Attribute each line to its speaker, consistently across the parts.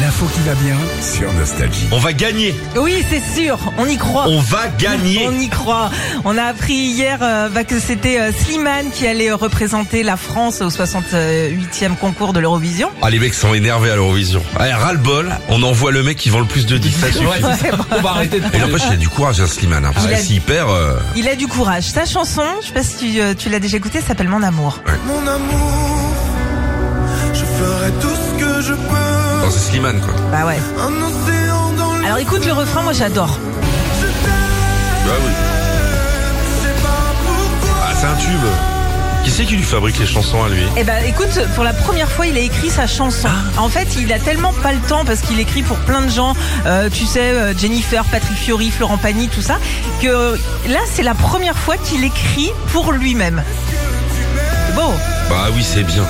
Speaker 1: l'info qui va bien.
Speaker 2: Sur Nostalgie.
Speaker 3: On va gagner.
Speaker 4: Oui, c'est sûr, on y croit.
Speaker 3: On va gagner.
Speaker 4: On y croit. On a appris hier euh, bah, que c'était euh, Slimane qui allait euh, représenter la France au 68e concours de l'Eurovision.
Speaker 3: Ah, les mecs sont énervés à l'Eurovision. Allez, ras-le-bol, on envoie le mec qui vend le plus de 10. Ça suffit.
Speaker 5: On va arrêter de
Speaker 3: Et n'empêche, il a du courage, hein, Slimane. hein, parce
Speaker 4: Il
Speaker 3: que
Speaker 4: a-
Speaker 3: s'il perd, euh,
Speaker 4: Il a du courage. Sa chanson, je sais pas si tu, euh, tu l'as déjà écoutée, s'appelle Mon amour.
Speaker 6: Mon amour, je ferai tout ce que je peux.
Speaker 3: non, c'est Slimane, quoi.
Speaker 4: Bah ouais.
Speaker 6: Un océan dans le
Speaker 4: Alors écoute le refrain, moi j'adore.
Speaker 3: Bah oui.
Speaker 6: c'est pas pourquoi.
Speaker 3: Ah, c'est un tube. Qui c'est qui lui fabrique les chansons à lui
Speaker 4: Eh ben écoute, pour la première fois, il a écrit sa chanson. En fait, il a tellement pas le temps parce qu'il écrit pour plein de gens, euh, tu sais, euh, Jennifer, Patrick Fiori, Florent Pagny, tout ça, que euh, là, c'est la première fois qu'il écrit pour lui-même. C'est beau.
Speaker 3: Bah oui, c'est bien.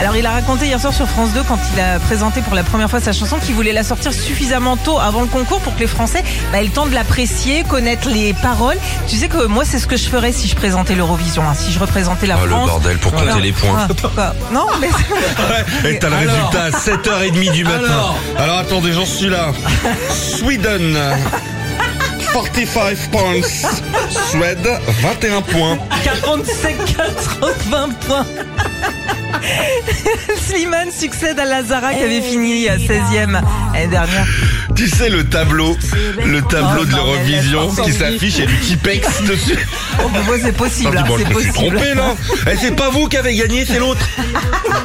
Speaker 4: Alors, il a raconté hier soir sur France 2 quand il a présenté pour la première fois sa chanson qu'il voulait la sortir suffisamment tôt avant le concours pour que les Français bah, aient le temps de l'apprécier, connaître les paroles. Tu sais que moi, c'est ce que je ferais si je présentais l'Eurovision, hein, si je représentais la
Speaker 3: Oh, le
Speaker 4: France.
Speaker 3: bordel, pour compter
Speaker 4: Non.
Speaker 3: les points.
Speaker 4: Ah, quoi. non, mais
Speaker 3: Et t'as le
Speaker 5: Alors
Speaker 3: résultat à 7h30 du matin.
Speaker 5: Alors
Speaker 3: Alors, attendez, j'en suis là. Sweden. 45 points. Suède, 21 points.
Speaker 4: 47 80 points. Slimane succède à Lazara qui avait fini 16e l'année dernière.
Speaker 3: Tu sais le tableau, le tableau
Speaker 4: Oh,
Speaker 3: de
Speaker 4: non, mais
Speaker 3: l'Eurovision
Speaker 4: laisse pas
Speaker 3: qui
Speaker 4: tomber.
Speaker 3: s'affiche et du Tipex dessus.
Speaker 4: Oh, mais moi,
Speaker 3: Non,
Speaker 4: c'est possible,
Speaker 3: dis,
Speaker 4: hein,
Speaker 3: bon, Ah, je
Speaker 4: c'est
Speaker 3: me suis
Speaker 4: possible.
Speaker 3: trompé là. Eh, c'est pas vous qui avez gagné, c'est l'autre.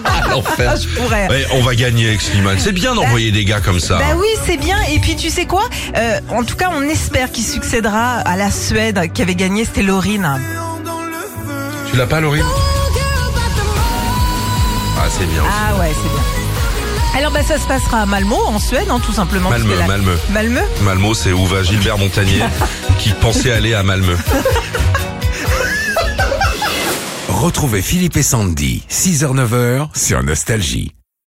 Speaker 3: Ah, l'enfer.
Speaker 4: Ah, je pourrais.
Speaker 3: Ouais, on va gagner avec Slimane. C'est bien d'envoyer des gars comme ça. hein.
Speaker 4: Bah oui, c'est bien. Et puis tu sais quoi Euh, En tout cas, on espère qu'il succédera à la Suède qui avait gagné, c'était Laurine.
Speaker 3: Tu l'as pas, Laurie Ah, c'est bien. aussi.
Speaker 4: Ah ouais, c'est bien. Alors bah ça se passera à Malmo en Suède, hein, tout simplement.
Speaker 3: Malmö,
Speaker 4: puisque la-
Speaker 3: Malmö.
Speaker 4: Malmö.
Speaker 3: Malmo, c'est où va Gilbert Montagnier qui pensait aller à Malmö.
Speaker 2: Retrouvez Philippe et Sandy, 6h-9h, sur Nostalgie.